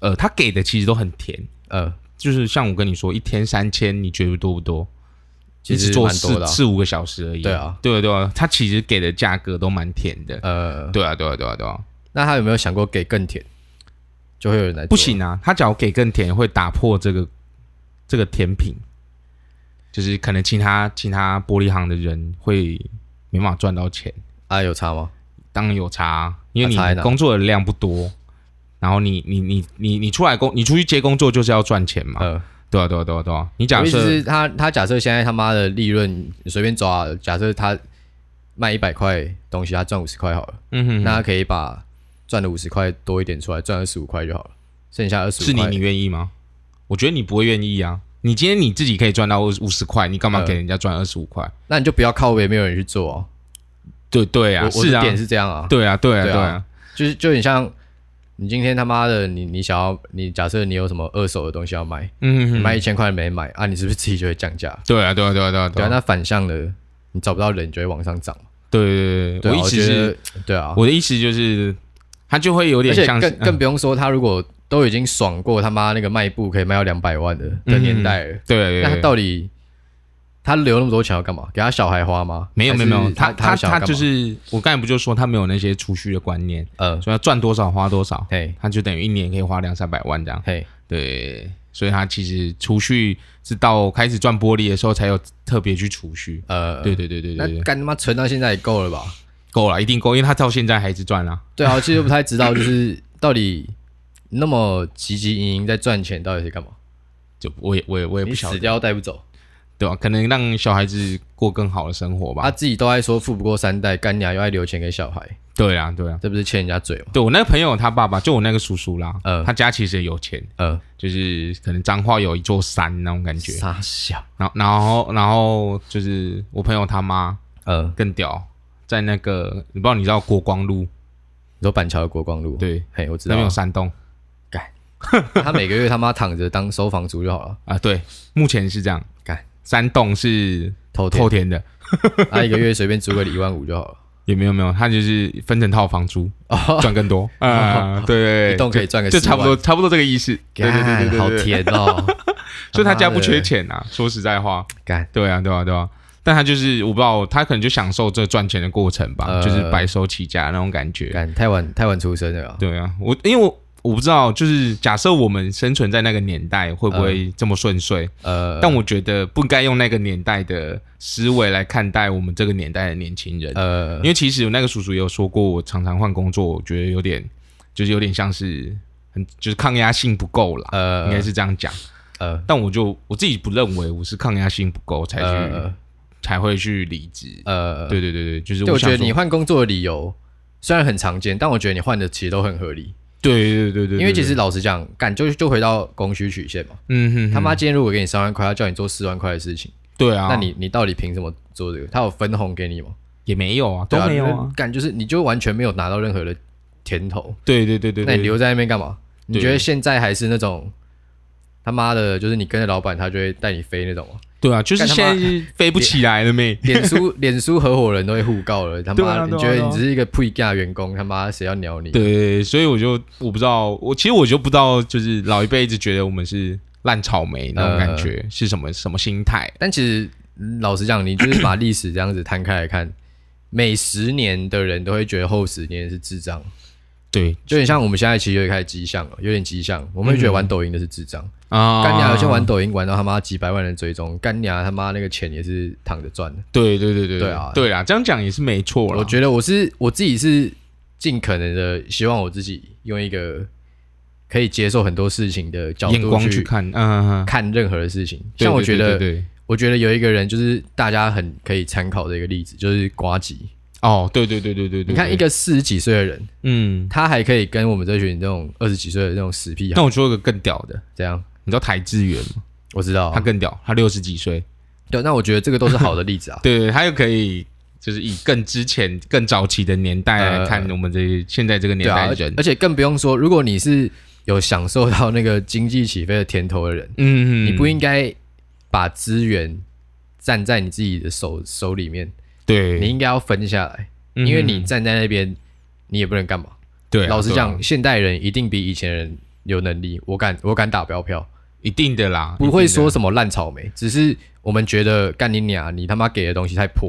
B: 呃他给的其实都很甜。
A: 呃，
B: 就是像我跟你说，一天三千，你觉得多不多？
A: 其
B: 一
A: 实
B: 直做
A: 蛮多
B: 四
A: 的啊
B: 四五个小时而已。
A: 对啊，
B: 对啊，对啊，他其实给的价格都蛮甜的。
A: 呃，
B: 对啊，对啊，对啊，对啊，
A: 那他有没有想过给更甜，就会有人来？
B: 不，行啊，他只要给更甜，会打破这个这个甜品，就是可能其他其他玻璃行的人会没办法赚到钱。
A: 啊，有差吗？
B: 当然有差啊，因为
A: 啊差在
B: 你
A: 哪
B: 工作的量不多，然后你你你你你出来工，你出去接工作就是要赚钱嘛。
A: 呃，
B: 对啊，对啊，对啊，对啊。你假
A: 我意思
B: 设
A: 是他他假设现在他妈的利润你随便抓，假设他卖一百块东西，他赚五十块好了，
B: 嗯哼，
A: 那他可以把赚的五十块多一点出来，赚二十五块就好了，剩下二十
B: 是
A: 五
B: 你，
A: 块
B: 你愿意吗？我觉得你不会愿意啊。你今天你自己可以赚到五五十块，你干嘛
A: 呃
B: 给人家赚二十五块？
A: 那你就不要靠背，没有人去做哦。
B: 对对啊，
A: 我我
B: 是
A: 的
B: 啊，
A: 点是这样啊，
B: 对啊，对啊，
A: 对啊
B: 对啊，
A: 就是就很像你今天他妈的，你你想要你假设你有什么二手的东西要卖，你
B: 嗯，
A: 卖一千块没买啊，你是不是自己就会降价？
B: 对啊，对啊，对啊，对啊，对
A: 对啊，
B: 啊，
A: 那反向的，你找不到人就会往上涨。
B: 对对
A: 对
B: 对对，
A: 啊
B: 我意思
A: 觉
B: 是，
A: 得对啊，
B: 我的意思就是，他就会有
A: 而
B: 点
A: 且
B: 像是嗯
A: 更更不用说他如果都已经爽过他妈那个卖布可以卖到两百万的的年代了，
B: 对对
A: 那他
B: 对，
A: 到底他留那么多钱要干嘛？给他小孩花吗？
B: 没有
A: 还
B: 没
A: 是
B: 有没有，
A: 他
B: 他他
A: 想要
B: 他
A: 干
B: 就
A: 嘛
B: 是我刚才不就说他没有那些储蓄的观念，
A: 呃，
B: 所以要赚多少花多少，
A: 嘿
B: 他就等于一年可以花两三百万这样。
A: 嘿，
B: 对，所以他其实储蓄是到开始赚玻璃的时候才有特别去储蓄。
A: 呃，
B: 对对对对
A: 那
B: 对对，
A: 干他妈存到现在也够了吧？
B: 够了，一定够，因为他到现在还是赚啊。
A: 对啊，我其实不太知道，就是 到底那么汲汲营营在赚钱，到底是干嘛？
B: 就我也我也我也
A: 你
B: 不晓
A: 死
B: 得，
A: 掉带不走，
B: 对啊吧、可能让小孩子过更好的生活吧。
A: 他自己都爱说富不过三代，干娘又爱留钱给小孩，
B: 对啊，对啊，
A: 这不是欠人家嘴吗？
B: 对我那个朋友他爸爸，就我那个叔叔啦，
A: 嗯
B: 他家其实也有钱，
A: 呃，
B: 就是可能彰化有一座山那种感觉。
A: 傻笑，
B: 然后然后然后就是我朋友他妈
A: 呃，
B: 更屌，在那个你不知道你知道国光路
A: 你说板桥的国光路，，
B: 对，
A: 嘿，我知
B: 那
A: 道
B: 边有
A: 啊，
B: 山洞
A: 他每个月他妈躺着当收房族就好了，
B: 啊，对，目前是这样
A: 干。
B: 山洞是
A: 偷
B: 透
A: 偷，
B: 天的，
A: 他一个月随便租个一万五就 好了。
B: 也没有没有，他就是分成套房租，
A: 哦，
B: 赚 更多啊，对对，对
A: 一栋可以赚个
B: 就
A: 10
B: 差不多
A: 万
B: 差不多这个意思。对对对对对，
A: 好
B: 对，
A: 甜哦！
B: 所以他家
A: 妈的
B: 不缺钱啊。说实在话，
A: 干，
B: 对啊对啊对啊，但他就是我不知道，他可能就享受这赚钱的过程吧，
A: 呃
B: 就是白手起家那种感觉。
A: 干太晚太晚出生了啊，
B: 对啊，我因为我我不知道，就是假设我们生存在那个年代，会不会这么顺遂？
A: 呃，
B: 但我觉得不该用那个年代的思维来看待我们这个年代的年轻人。
A: 呃
B: 因，为其实那个叔叔也有说过，我常常换工作，我觉得有点，就是有点像是很，就是抗压性不够啦，
A: 呃
B: 应该是这样讲。
A: 呃
B: 但我就我自己不认为我是抗压性不够才去、
A: 呃
B: 才会去离职。
A: 呃，
B: 对对对对，就是
A: 对，我觉得
B: 想说
A: 你换工作的理由虽然很常见，但我觉得你换的其实都很合理。
B: 对对对对对，
A: 因为其实
B: 对
A: 老实讲，干就就回到供需曲线嘛。
B: 嗯哼哼
A: 他妈今天如果给你三万块，他叫你做四万块的事情，
B: 对啊，
A: 那你你到底凭什么做这个？他有分红给你吗？
B: 也没有啊，都没有啊
A: 那，干就是你就完全没有拿到任何的甜头，
B: 对对对对，
A: 那
B: 对
A: 你留在那边干嘛？你
B: 对
A: 觉得现在还是那种他妈的，就是你跟着老板，他就会带你飞那种 吗？
B: 对啊，就是
A: 干他
B: 现在
A: 妈
B: 是飞不起来了没？
A: 脸书脸书合伙人都会互告了，他
B: 对啊
A: 妈，
B: 对啊
A: 你觉得
B: 对啊
A: 你只是一个配价员工，他妈谁要鸟你？
B: 对，所以我就我不知道，我其实我就不知道，就是老一辈一直觉得我们是烂草莓那种
A: 呃
B: 感觉、是什么什么心态？
A: 但其实嗯老实讲，你就是把历史这样子摊开来看，每十年的人都会觉得后十年是智障，
B: 对
A: 就很像我们现在其实有点开始迹象了，有点迹象，我们
B: 嗯
A: 会觉得玩抖音的是智障，
B: 啊，
A: 干娘有些玩抖音玩到他妈几百万人追踪，干娘他妈那个钱也是躺着赚的。
B: 对对对对
A: 对啊
B: 对啦，这样讲也是没错啦。
A: 我觉得我是我自己是尽可能的希望我自己用一个可以接受很多事情的角
B: 眼
A: 度
B: 光去看，嗯嗯，嗯
A: 看任何的事情，
B: 对
A: 像我
B: 对
A: 觉
B: 对
A: 得
B: 对对
A: 我觉得有一个人就是大家很可以参考的一个例子，就是瓜吉。
B: 哦，对对对对对对，
A: 你看一
B: 个
A: 个四十几岁的人，
B: 嗯，
A: 他还可以跟我们这群这种二十几岁的那种死屁孩
B: 那我说一个更屌的，
A: 这样，
B: 你知道台志远吗？
A: 我知道啊、
B: 他更屌，他六十几岁，。
A: 对，那我觉得这个都是好的例子啊
B: 对对，他又可以。就是以更之前、更早期的年代来看，我们这现在这个
A: 呃对
B: 年代
A: 啊
B: 的人，，
A: 而且更不用说，如果你是有享受到那个经济起飞的甜头的人，
B: 嗯，嗯
A: 你不应该把资源站在你自己的手手里面，
B: 对，
A: 你应该要分下来，
B: 嗯
A: 因为你
B: 嗯
A: 站在那边，你也不能干嘛。
B: 对啊，
A: 老实
B: 对啊
A: 讲，现代人一定比以前人有能力，我敢我敢打标票，
B: 一定的啦，
A: 不会
B: 一定的
A: 说什么烂草莓，只是我们觉得干你娘，你他妈给的东西太破，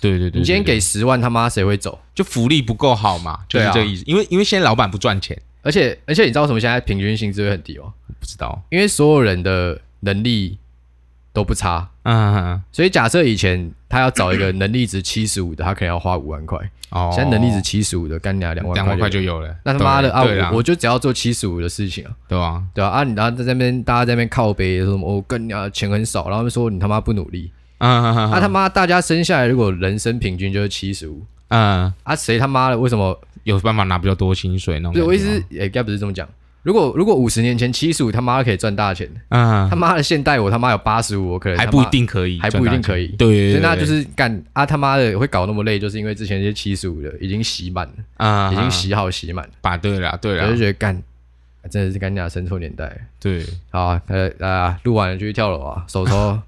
B: 对对对对，
A: 你今天
B: 对
A: 给十万，他妈谁会走？
B: 就福利不够好嘛，就是
A: 对啊
B: 这个意思。因为因为现在老板不赚钱，
A: 而且而且你知道为什么现在平均薪资会很低吗？
B: 不知道，
A: 因为所有人的能力都不差，
B: 嗯，
A: 所以假设以前他要找一 个能力值七十五的，他可能要花五万块，
B: 哦，
A: 现在能力值七十五的，干你娘两万
B: 两万块
A: 块
B: 就
A: 就。
B: 有了，
A: 那他妈的啊！
B: 对啦
A: 我我就只要做七十五的事情啊，
B: 对吧？
A: 对啊，啊你然后在那边大家在那边靠背说什么我跟你啊钱很少，然后他们说你他妈不努力，
B: 嗯
A: 啊他妈大家生下来如果人生平均就是七十五，
B: 嗯，
A: 啊谁他妈的为什么？
B: 有办法拿比较多薪水那种
A: 不
B: 感
A: 是
B: 觉吗。
A: 我意思是，哎也该不是这么讲。如果如果五十年前七十五他妈可以赚大钱，
B: 嗯，
A: 他妈的现代我他妈有八十五，我可能
B: 还
A: 他
B: 不
A: 妈
B: 一，定可以，
A: 还不一定可以
B: 赚大钱对，
A: 所以
B: 对
A: 那就是干啊他妈的会搞那么累，就是因为之前这些七十五的已经洗满了，
B: 啊，
A: 已经
B: 洗
A: 洗好洗满了，
B: 把对了，对
A: 我就
B: 了，
A: 觉得干，啊真的是干你俩生错年代了。
B: 对，
A: 好啊，呃啊，录完了就去跳楼啊，手 抽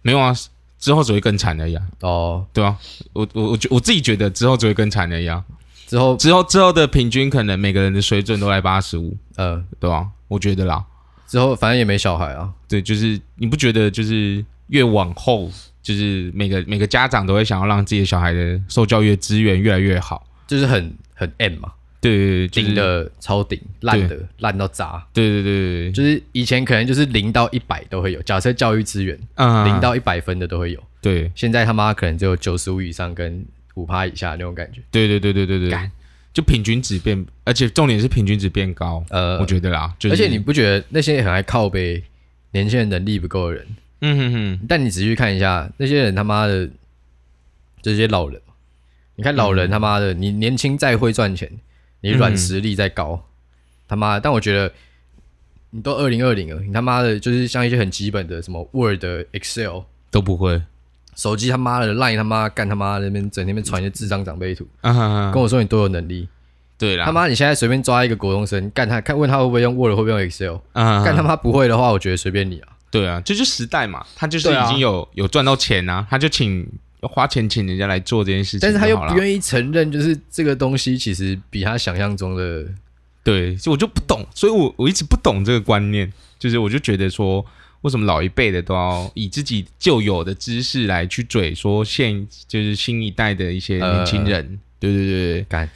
B: 没有啊，之后只会更惨而已啊，
A: 哦。
B: 对啊，我我我觉我自己觉得之后只会更惨而已啊，
A: 之后
B: 之后之后的平均可能每个人的水准都来八十五，
A: 呃
B: 对吧、我觉得啦，
A: 之后反正也没小孩啊，
B: 对，就是你不觉得就是越往后，就是每个每个家长都会想要让自己的小孩的受教育的资源越来越好，
A: 就是很很 M 嘛，
B: 对对对，就是
A: 顶，的超顶，烂的烂到渣。
B: 对对对对对，
A: 就是以前可能就是零到一百都会有，假设教育资源
B: 嗯
A: 零到一百分的都会有，
B: 对
A: 现在他妈可能只有九十五以上跟五趴以下那种感觉。
B: 对对对对对对
A: 干，
B: 就平均值变，而且重点是平均值变高，
A: 呃
B: 我觉得啦，就是
A: 而且你不觉得那些很爱靠背年轻人能力不够的人，
B: 嗯哼哼，
A: 但你仔细去看一下，那些人他妈的这些老人，你看老人他妈的，你年轻再会赚钱，你软实力再
B: 嗯
A: 高，他妈的，但我觉得你都二零二零了，你他妈的就是像一些很基本的什么 Word、Excel。
B: 都不会，
A: 手机他妈的 Line 他妈干他妈的那边整天那边传一些智障长辈图，
B: 啊哈哈，
A: 跟我说你多有能力，
B: 对啊啦，
A: 他妈你现在随便抓一个国中生干他看问他会不会用 Word 会不会用 Excel，
B: 啊，
A: 干他妈不会的话，我觉得随便你啊。
B: 对啊，这就时代嘛，他就是
A: 对啊
B: 已经有、有赚到钱啊，他就请花钱请人家来做这件事情，
A: 但是他又不
B: 意，
A: 愿意承认，就是这个东西其实比他想象中的，
B: 对，所以我就不懂，所以我我一直不懂这个观念，就是我就觉得说，为什么老一辈的都要以自己旧有的知识来去嘴说现就是新一代的一些年轻人，对对对
A: 呃
B: 对，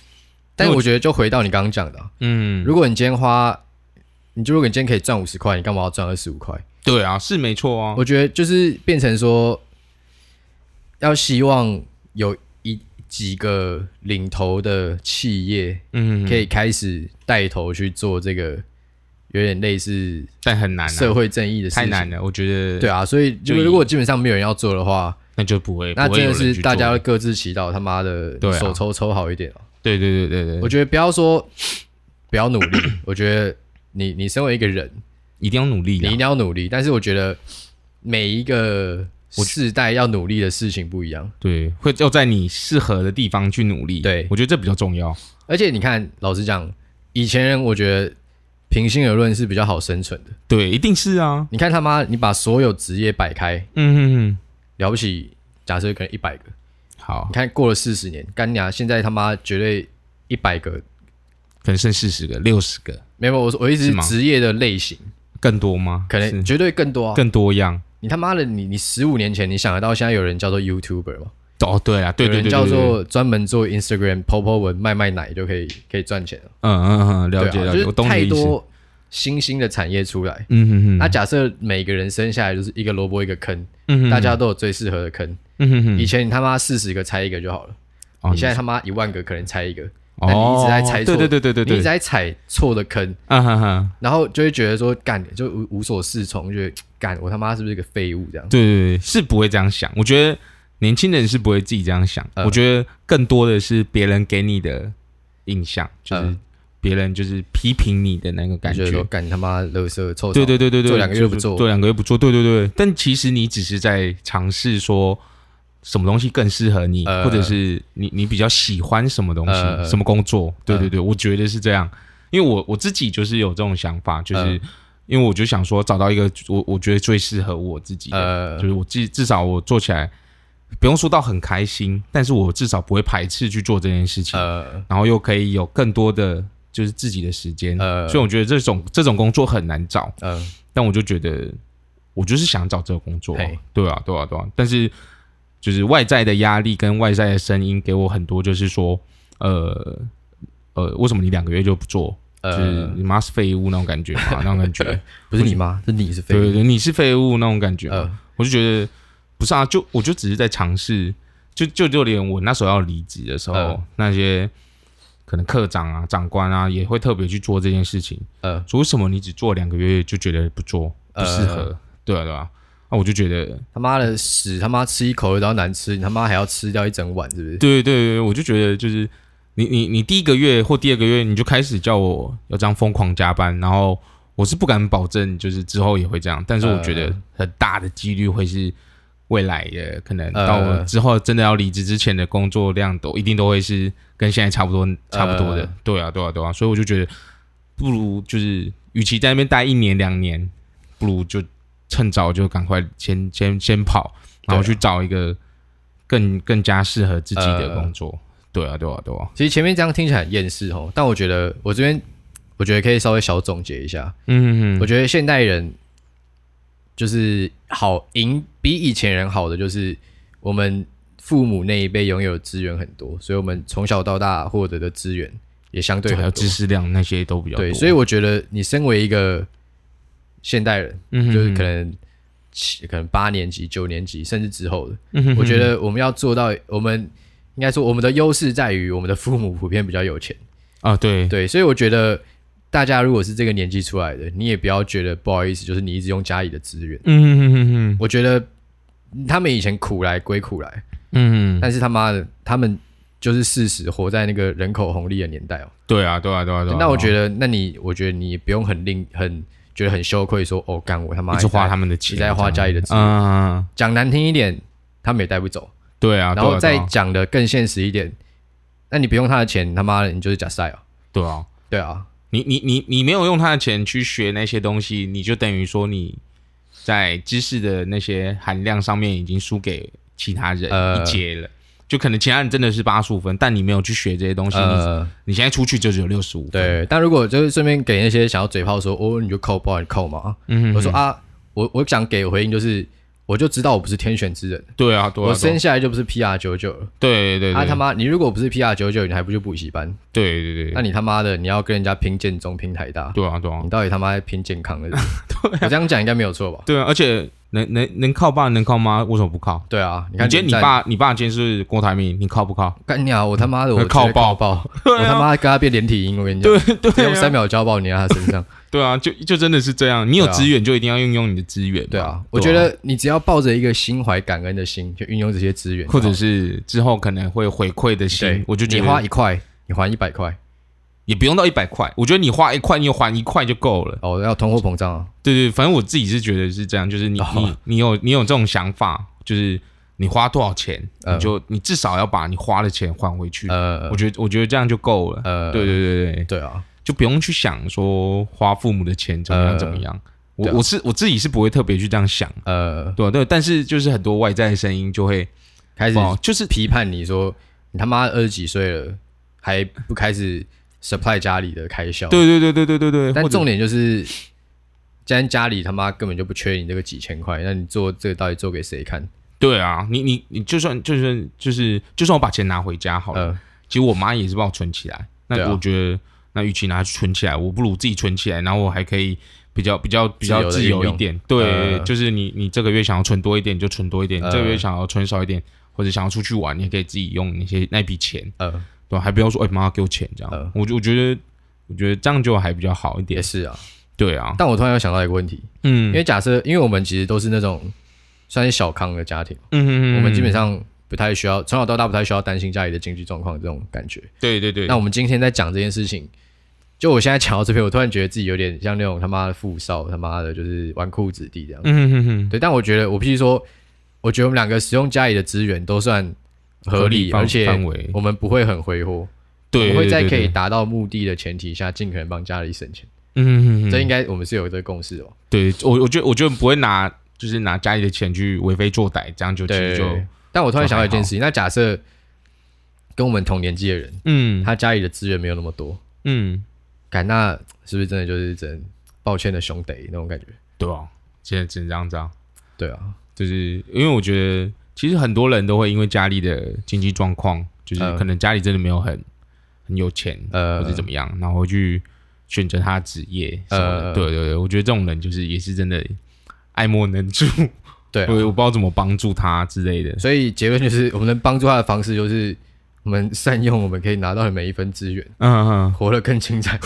A: 但我觉得就回到你刚刚讲的啊、
B: 嗯，
A: 如果你今天花，你就如果你今天可以赚五十块，你干嘛要赚二十五块？
B: 对啊，是没错啊，
A: 我觉得就是变成说，要希望有一几个领头的企业
B: 嗯，
A: 可以开始带头去做这个，有点类似
B: 但很难、啊，
A: 社会正义的事
B: 太
A: 情。
B: 难了，我觉得，
A: 对，啊，所以
B: 就
A: 就如果基本上没有人要做的话，
B: 那就不会，
A: 那
B: 不会
A: 真
B: 有
A: 的
B: 人去
A: 是大
B: 做
A: 家各自祈祷他妈的
B: 对啊
A: 手抽抽好一点、哦。
B: 对对对对对，啊
A: 我觉得不要说不要努力，我觉得你你身为一个人，
B: 一定要努力
A: 你一
B: 啦
A: 定，要努力，但是我觉得每一个世代要努力的事情不一样。
B: 对，会要在你适合的地方去努力。
A: 对
B: 我觉得这比较重要。
A: 而且你看，老实讲，以前人我觉得平心而论是比较好生存的。
B: 对，一定是啊。
A: 你看他妈，你把所有职业摆开，
B: 嗯哼
A: 了不起，假设可能一百个，
B: 哼，好
A: 你，看过了四十年，干娘现在他妈绝对一百个，
B: 可能剩四十个、六十个，
A: 没有，我我一
B: 是
A: 直
B: 吗
A: 职业的类型
B: 更多吗？
A: 可
B: 是
A: 能绝对更多啊。
B: 更多样。
A: 你他妈的，你你十五年前你想得到现在有人叫做 YouTuber 吗？
B: 哦，对啊，对对对，
A: 有人叫
B: 对对对
A: 做专门做 Instagram 剖剖文卖卖奶就可以可以赚钱了。啊
B: 嗯嗯嗯，了解
A: 对啊
B: 了
A: 就
B: 解，
A: 是
B: 我懂你的
A: 太
B: 意思。
A: 多新兴的产业出来。
B: 嗯哼哼，
A: 那假设每个人生下来就是一个萝卜一个坑，
B: 嗯哼
A: 大家都有最适合的坑。
B: 嗯哼哼，
A: 以前你他妈四十个猜一个就好了，
B: 哦
A: 你现在他妈一万个可能猜一个，
B: 哦，
A: 那你一直在猜
B: 对
A: 错
B: 对对对对
A: 你一直
B: 对，
A: 在踩错的坑，
B: 嗯哼哼，
A: 然后就会觉得说干就无无所适从，就觉得干我他妈是不是个废物这样？
B: 对对对，是不会这样想。我觉得年轻人是不会自己这样想，
A: 嗯
B: 我觉得更多的是别人给你的印象，就是
A: 嗯
B: 别人就是批评你的那个感
A: 就觉得
B: 觉
A: 说。干你他妈垃圾臭
B: 对
A: 虫
B: 对对对对，
A: 做两个月不做
B: 做两个月不做，对对对。但其实你只是在尝试说什么东西更适合你，
A: 呃
B: 或者是你你比较喜欢什么东西、
A: 呃
B: 什么工作。对对对，我觉得是这样，因为我我自己就是有这种想法，就是。
A: 呃
B: 因为我就想说，找到一个我我觉得最适合我自己的，
A: 呃
B: 就是我至至少我做起来不用说到很开心，但是我至少不会排斥去做这件事情。
A: 呃
B: 然后又可以有更多的就是自己的时间，
A: 呃
B: 所以我觉得这种这种工作很难找，
A: 呃
B: 但我就觉得我就是想找这个工作啊、
A: 嘿
B: 对啊，对啊，对啊，但是就是外在的压力跟外在的声音给我很多，就是说，呃呃，为什么你两个月就不做？就是
A: 呃，
B: 你妈是废物那种感觉嘛，那种感觉，
A: 不是你妈，是你是废
B: 对
A: 物
B: 对。对，你是废物那种感觉嘛，
A: 呃
B: 我就觉得不是啊，就我就只是在尝试，就就就连我那时候要离职的时候，
A: 嗯
B: 那些可能科长啊、长官啊也会特别去做这件事情。
A: 呃，
B: 说为什么你只做两个月就觉得不做不适合？
A: 嗯
B: 对啊，对啊。那我就觉得，
A: 他妈的屎，他妈吃一口都要难吃，你他妈还要吃掉一整碗，是不是？
B: 对对对，我就觉得就是你你你第一个月或第二个月你就开始叫我要这样疯狂加班，然后我是不敢保证就是之后也会这样，但是我觉
A: 呃
B: 得很大的几率会是未来的可能
A: 呃
B: 到我之后真的要离职之前的工作量都一定都会是跟现在差不多差不多的，
A: 呃
B: 对啊对啊对啊，所以我就觉得不如就是与其在那边待一年两年，不如就趁早就赶快先先先跑，
A: 对
B: 然后
A: 啊呃
B: 去找一个更更加适合自己的工作。对啊，对啊，对啊，
A: 其实前面这样听起来很厌世哦，但我觉得我这边我觉得可以稍微小总结一下，
B: 嗯
A: 我觉得现代人就是好赢比以前人好的，就是我们父母那一辈拥有的资源很多，所以我们从小到大获得的资源也相对
B: 对，还有
A: 很
B: 知
A: 多。
B: 识量那些都比较多，
A: 对，所以我觉得你身为一个现代人，
B: 嗯哼
A: 就是可能七可能八年级、九年级甚至之后的，
B: 嗯哼
A: 我觉得我们要做到，我们应该说我们的优势在于我们的父母普遍比较有钱。
B: 啊，对，
A: 对，所以我觉得大家如果是这个年纪出来的，你也不要觉得不好意思，就是你一直用家里的资源。
B: 嗯哼哼哼
A: 我觉得他们以前苦来归苦来，
B: 嗯哼，
A: 但是他妈的，他们就是事实活在那个人口红利的年代哦。
B: 对啊，对啊，对啊，对啊，
A: 那我觉
B: 得
A: 得，那你我觉得你也不用很令很觉得很羞愧说，哦，干我他妈
B: 一直花他
A: 们
B: 们的
A: 一
B: 钱，
A: 直在花
B: 这
A: 家
B: 样
A: 里的资源。
B: 嗯，
A: 讲难听一点，他们也带不走。
B: 对啊，
A: 然
B: 对
A: 后
B: 啊
A: 再
B: 对啊
A: 讲的更现实一点，那你不用他的钱，他妈的你就是假赛哦。
B: 对啊，
A: 对啊，
B: 你你你你没有用他的钱去学那些东西，你就等于说你在知识的那些含量上面已经输给其他人
A: 呃
B: 一截了。就可能其他人真的是八十五分，但你没有去学这些东西，
A: 呃，
B: 你你现在出去就只有六十五分。，
A: 对，但如果就是顺便给那些想要嘴炮说哦，你就扣，不然你扣嘛。
B: 嗯
A: 我说啊，我我想给的回应就是，我就知道我不是天选之人，
B: 对啊，对
A: 我
B: 啊，对啊
A: 生下来就不是 PR 九九了。
B: 对对对，
A: 啊他妈，你如果不是 PR 九九，你还不去补习班？
B: 对对对，
A: 那你他妈的，你要跟人家拼建中、拼台大，
B: 对啊对啊
A: 你到底他妈在拼健康的？我这样讲应该没有错吧？
B: 对啊，而且能能能靠爸能靠妈，为什么不靠？
A: 对啊，你
B: 你
A: 看
B: 今天你
A: 连战
B: 爸你爸今天是郭台铭，你靠不靠？
A: 干你啊！我他妈的，我
B: 靠
A: 直接
B: 爆
A: 爆， 我他妈跟他变连体婴，我跟你讲， 对对，用三秒胶爆你在他身 上。
B: 啊对啊，就就真的是这样，你有
A: 对啊
B: 资源就一定要运用你的资源嘛。
A: 对啊，我觉得你只要抱着一个心怀感恩的心，去运用这些资源，
B: 或者是之后可能会回馈的心
A: 对，，
B: 我就觉
A: 你花
B: 得
A: 一块，你还一百块，
B: 也不用到一百块，我觉得你花一块，你还一块就够了。
A: 哦，要通货膨胀啊，
B: 对对，反正我自己是觉得是这样，就是你、
A: 哦
B: 你你有你有这种想法，就是你花多少钱，
A: 嗯
B: 你就你至少要把你花的钱还回去。
A: 呃
B: 我觉得我觉得这样就够了。
A: 呃，
B: 对对对对，
A: 对啊，
B: 就不用去想说花父母的钱怎么样
A: 呃
B: 怎么样。
A: 对
B: 我
A: 啊
B: 我是我自己是不会特别去这样想，
A: 呃，
B: 对、啊、对，但是就是很多外在的声音就会
A: 开始
B: 哦，就是
A: 批判你说你他妈二十几岁了，还不开始 supply 家里的开销，，
B: 对对对对对对对，
A: 但
B: 或者
A: 重点就是，既然家里他妈根本就不缺你这个几千块，那你做这个到底做给谁看？
B: 对啊，你你你就算就算就是就算我把钱拿回家好了，
A: 呃，
B: 其实我妈也是帮我存起来。
A: 对
B: 那
A: 啊
B: 我觉得，那与其拿去存起来，我不如自己存起来，然后我还可以比较比较比较
A: 自
B: 自
A: 由地运
B: 由一
A: 用
B: 点。对，
A: 呃
B: 就是你你这个月想要存多一点，你就存多一点；
A: 呃
B: 这个月想要存少一点，或者想要出去玩，你也可以自己用那些那笔钱，
A: 呃，
B: 对吧，还不要说哎妈给我钱这样
A: 呃。
B: 我就我觉得我觉得这样就还比较好一
A: 也
B: 点。
A: 是啊。
B: 对啊，
A: 但我突然又想到一个问题，因
B: 嗯
A: 为假设，因为我们其实都是那种算是小康的家庭，
B: 嗯
A: 我们基本
B: 上
A: 上不太需要从小到大不太需要担心家里的经济状况这种感觉。
B: 对对对
A: 那，我们今天在讲这件事情，就我现在讲到这边，我突然觉得自己有点像那种他妈的富少，他妈的就是纨绔子弟这样。
B: 嗯哼哼
A: 对，但我觉得我必须说，我觉得我们两个使用家里的资源都算合理，
B: 范
A: 而且
B: 范围
A: 我们不会很挥霍，
B: 对，
A: 我们会在
B: 对
A: 可以，
B: 对
A: 达到目的的前提下，尽可能帮家里省钱。
B: 嗯哼哼
A: 这应该我们是有这个共识哦。
B: 对我，我觉得我觉得不会拿就是拿家里的钱去为非作歹，这样就其实
A: 对
B: 就，
A: 但我突然想到一
B: 就还
A: 件
B: 好
A: 事情，那假设跟我们同年纪的人，
B: 嗯
A: 他家里的资源没有那么多，
B: 嗯，
A: 感那是不是真的就是真抱歉的兄弟那种感觉？
B: 对啊，现在只能这样子啊，
A: 对啊，
B: 就是因为我觉得其实很多人都会因为家里的经济状况，就是
A: 嗯
B: 可能家里真的没有很很有钱，
A: 呃
B: 或者怎么样，然后去选择他的职业什么的，
A: 呃
B: 对对对，我觉得这种人就是也是真的爱莫能助，
A: 对啊
B: 我我不知道怎么帮助他之类的，
A: 所以结论就是，我们能帮助他的方式就是我们善用我们可以拿到的每一分资源，
B: 嗯嗯，
A: 活得更精 彩。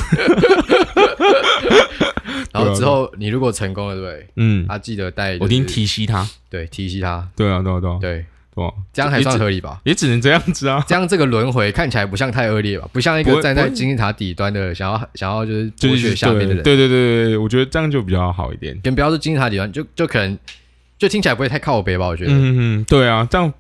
A: 然后之后你如果成功了，对不对？
B: 嗯，
A: 他记得带、啊就是，
B: 啊我一定提携他，
A: 对提携他，
B: 对啊对啊对啊
A: 对，
B: 对啊，
A: 这样还
B: 也
A: 算
B: 只
A: 合理吧？
B: 也只能这样子啊。
A: 这样这个轮回看起来不像太恶劣吧？不像一
B: 不
A: 个
B: 会
A: 站
B: 不
A: 在
B: 会
A: 金字塔底端的想要想要就是
B: 就
A: 剥
B: 是
A: 削下面的人，
B: 对对对对对，我觉得这样就比较好一点。
A: 先不要说金字塔底端，就就可能就听起来不会太靠北吧？我觉得。
B: 嗯嗯，对啊，这样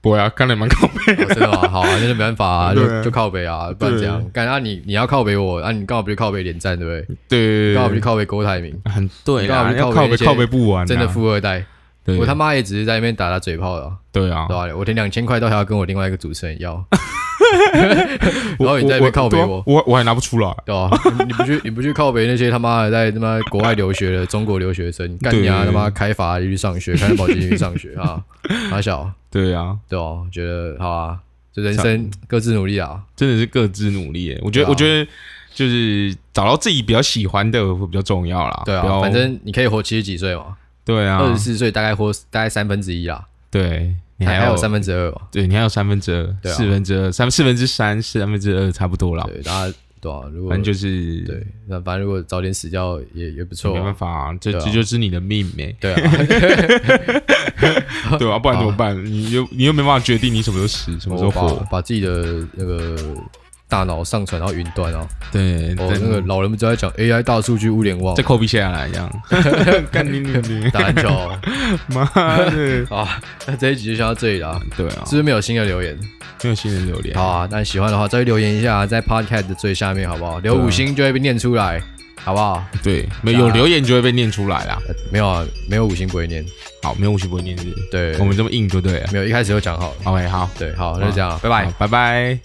B: 不会啊，看了蛮靠背。
A: 哦真的 吗？好啊，那就没办法啊，
B: 对
A: 就就靠北啊，不然
B: 对
A: 怎样？干啊你你要靠北我啊，你刚好不去靠北连战对不对？
B: 对对
A: 刚好不去
B: 对
A: 靠北郭台铭，
B: 对，很对
A: 刚好
B: 啦，
A: 去
B: 要
A: 靠
B: 靠
A: 北
B: 背
A: 一些
B: 靠背不完啊，
A: 真的富二代，
B: 对，
A: 我他妈也只是在那边打打嘴炮的啊，
B: 对啊
A: 对，吧？我连两千块都还要跟我另外一个主持人要， 然后你在那边靠北我，
B: 我我还拿不出来。
A: 对吧、你不去你不去靠北那些他妈的在他妈国外留学的中国留学生，干你啊他
B: 对
A: 妈开法拉利去上学，开兰博基尼去上学啊，傻小，
B: 对啊，
A: 对哦、我觉得好啊，就人生各自努力啊，
B: 真的是各自努力耶。我觉得，
A: 对啊
B: 我觉得就是找到自己比较喜欢的会比较重要啦。
A: 对啊，
B: 不要
A: 反正你可以活七十几岁嘛，
B: 对啊，
A: 二十四岁大概活大概三分之一啦，
B: 对你
A: 还
B: 还要
A: 有三分之二嘛，
B: 对你还有三分之二、
A: 对啊
B: 四分之二、三四分之三、四分之二差不多啦。
A: 对，大家对啊，如果
B: 反正就是
A: 对，那反正如果早点死掉也也不错
B: 没
A: 啊、
B: 办法啊，这
A: 对啊
B: 这就是你的命哎、
A: 对啊，
B: 对啊，不然怎么办？你又你又没办法决定你什么时候死， 什么时候
A: 我把
B: 活。啊
A: 把自己的那个大脑上传到云端啊。
B: 对，
A: 哦，
B: 在
A: 那个老人们都在讲 AI 大数据物联网
B: 再，抠鼻下来这样， 干你你你
A: 打篮球 哦
B: 妈 的！
A: 啊。那这一集就先到这里啦，
B: 对啊
A: 是，不是没有新的留言？
B: 没有新人留言
A: 好。啊，那喜欢的话再去留言一下，在 Podcast 的最下面好不好？留
B: 对啊
A: 五星就会被念出来，好不好？
B: 对，没有有留言就会被念出来啦。
A: 呃没有啊，没有五星不会念。
B: 好，没有无息不会念是不是
A: 对，
B: 我们这么硬就对了。
A: 没有一开始就讲好了。
B: OK，好，
A: 对，好，那就这样，拜
B: 拜
A: 拜。
B: 拜拜。